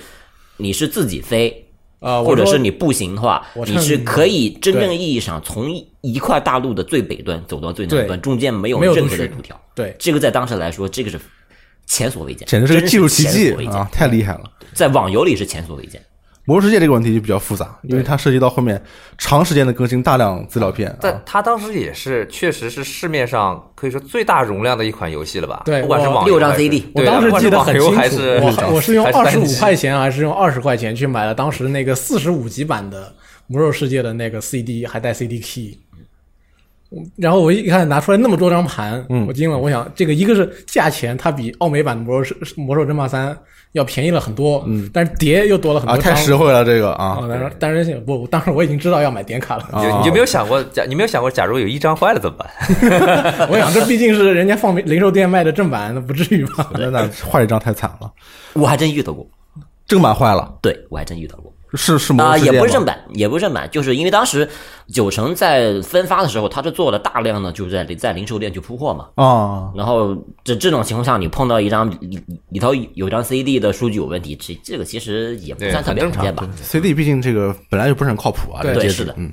C: 你是自己飞，
D: 呃，
C: 或者
D: 我说
C: 是你步行的话，
D: 我
C: 你
D: 趁
C: 是可以真正
D: 对
C: 意义上从一一块大陆的最北端走到最
D: 对
C: 南端，中间没有
D: 没有
C: 任
D: 读
C: 何的
D: 取
C: 路条。
D: 对
C: 这个在当时来说，这个是前所未见，
A: 简直是
C: 真
A: 个技术奇
C: 前
A: 迹
C: 所未见
A: 啊，太厉害了。
C: 在网游里是前所未见。
A: 魔兽世界这个问题就比较复杂，因为它涉及到后面长时间的更新大量资料片啊，
B: 但他当时也是确实是市面上可以说最大容量的一款游戏了吧？
D: 对
B: 不管是
D: 我
B: 网游
C: 六张
B: 还是
C: CD
D: 我
B: 对啊
D: 当时
B: 不管是
D: 记得
B: 网
D: 很
B: 游
D: 清
B: 还
D: 楚
B: 是，
D: 我我是用
B: 还是
D: 二
B: 单
D: 十五
B: 机
D: 块钱啊还是用二十块钱去买了当时那个四十五级版的《魔兽世界》的那个 CD，还带 CD key。嗯然后我一看拿出来那么多张盘，
A: 嗯
D: 我惊了。我想这个一个是价钱，它比澳美版的《魔兽世魔兽争霸三》要便宜了很多，嗯，但是碟又多了很
A: 啊，
D: 多张。
A: 太实惠了这个
D: 啊！
A: 啊，
D: 但是但是不，当时我已经知道要买点卡了。
B: 你就你就没有想过，假你没有想过，假如有一张坏了怎么办？
D: 我想这毕竟是人家放零售店卖的正版，那不至于吧？
A: 那那坏一张太惨了，
C: 我还真遇到过，
A: 正版坏了，
C: 对我还真遇到过
A: 是是
C: 啊、
A: 魔兽世界
C: 也
A: 吗
C: 不是正版，也不是正版，就是因为当时九成在分发的时候，他是做了大量的就是在在零售店去铺货嘛。
A: 啊，
C: 然后这这种情况下，你碰到一张里里头有张 CD 的数据有问题，这这个其实也不
B: 对
C: 算特
B: 很
C: 别
B: 正
C: 常见
B: 常
C: 吧？
A: CD 毕竟这个本来就不是很靠谱啊，
D: 对
A: 这个介质
C: 是的
A: 嗯，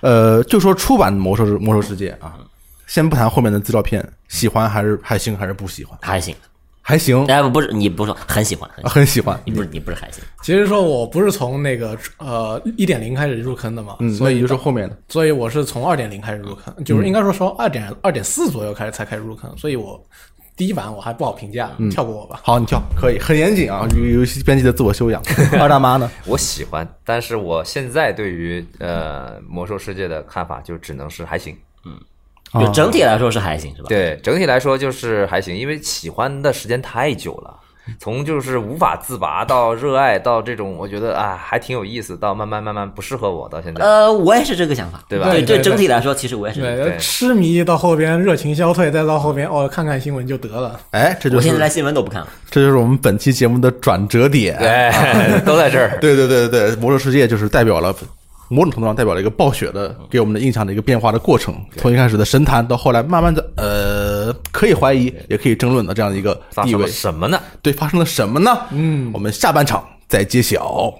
A: 呃，就说出版《魔兽世魔兽世界》啊，先不谈后面的资料片，喜欢还是还行还是不喜欢，
C: 还行，
A: 还行，
C: 哎，不是你不是很喜欢，很喜欢
A: 很喜欢，
C: 你不是你不是还行，
D: 其实说我不是从那个呃一点零开始入坑的嘛，
A: 嗯，
D: 所
A: 所以
D: 以
A: 就是后面的，
D: 所以我是从二点零开始入坑，就是应该说从二点二点四左右开始才开始入坑，所以我第一版我还不好评价，跳过我吧。
A: 好，你跳可以，很严谨啊，游游戏编辑的自我修 养。二大妈呢？
B: 我喜欢，但是我现在对于呃魔兽世界的看法就只能是还行。
A: 啊
C: 就整体来说是还行是吧？
B: 对，整体来说就是还行，因为喜欢的时间太久了。从就是无法自拔到热爱到这种，我觉得啊还挺有意思，到慢慢慢慢不适合我，到现在，
C: 呃，我也是这个想法，
B: 对吧
C: 对，
D: 对对
C: 整体来说，其实我也是这个想法。
D: 对，痴迷到后边热情消退，再到后边哦，看看新闻就得了。
A: 哎，这就
C: 我现在
A: 是
C: 连新闻都不看了。
A: 这就是我们本期节目的转折点。
B: 对，哎 都在这儿。
A: 对对对对，对魔兽世界就是代表了某种程度上代表了一个暴雪的
B: 嗯
A: 给我们的印象的一个变化的过程，从一开始的神坛到后来慢慢的呃可以怀疑也可以争论的这样的一个
B: 发
A: 地
B: 生
A: 位
B: 了，什么呢？
A: 对，发生了什么呢？嗯，我们下半场再揭晓。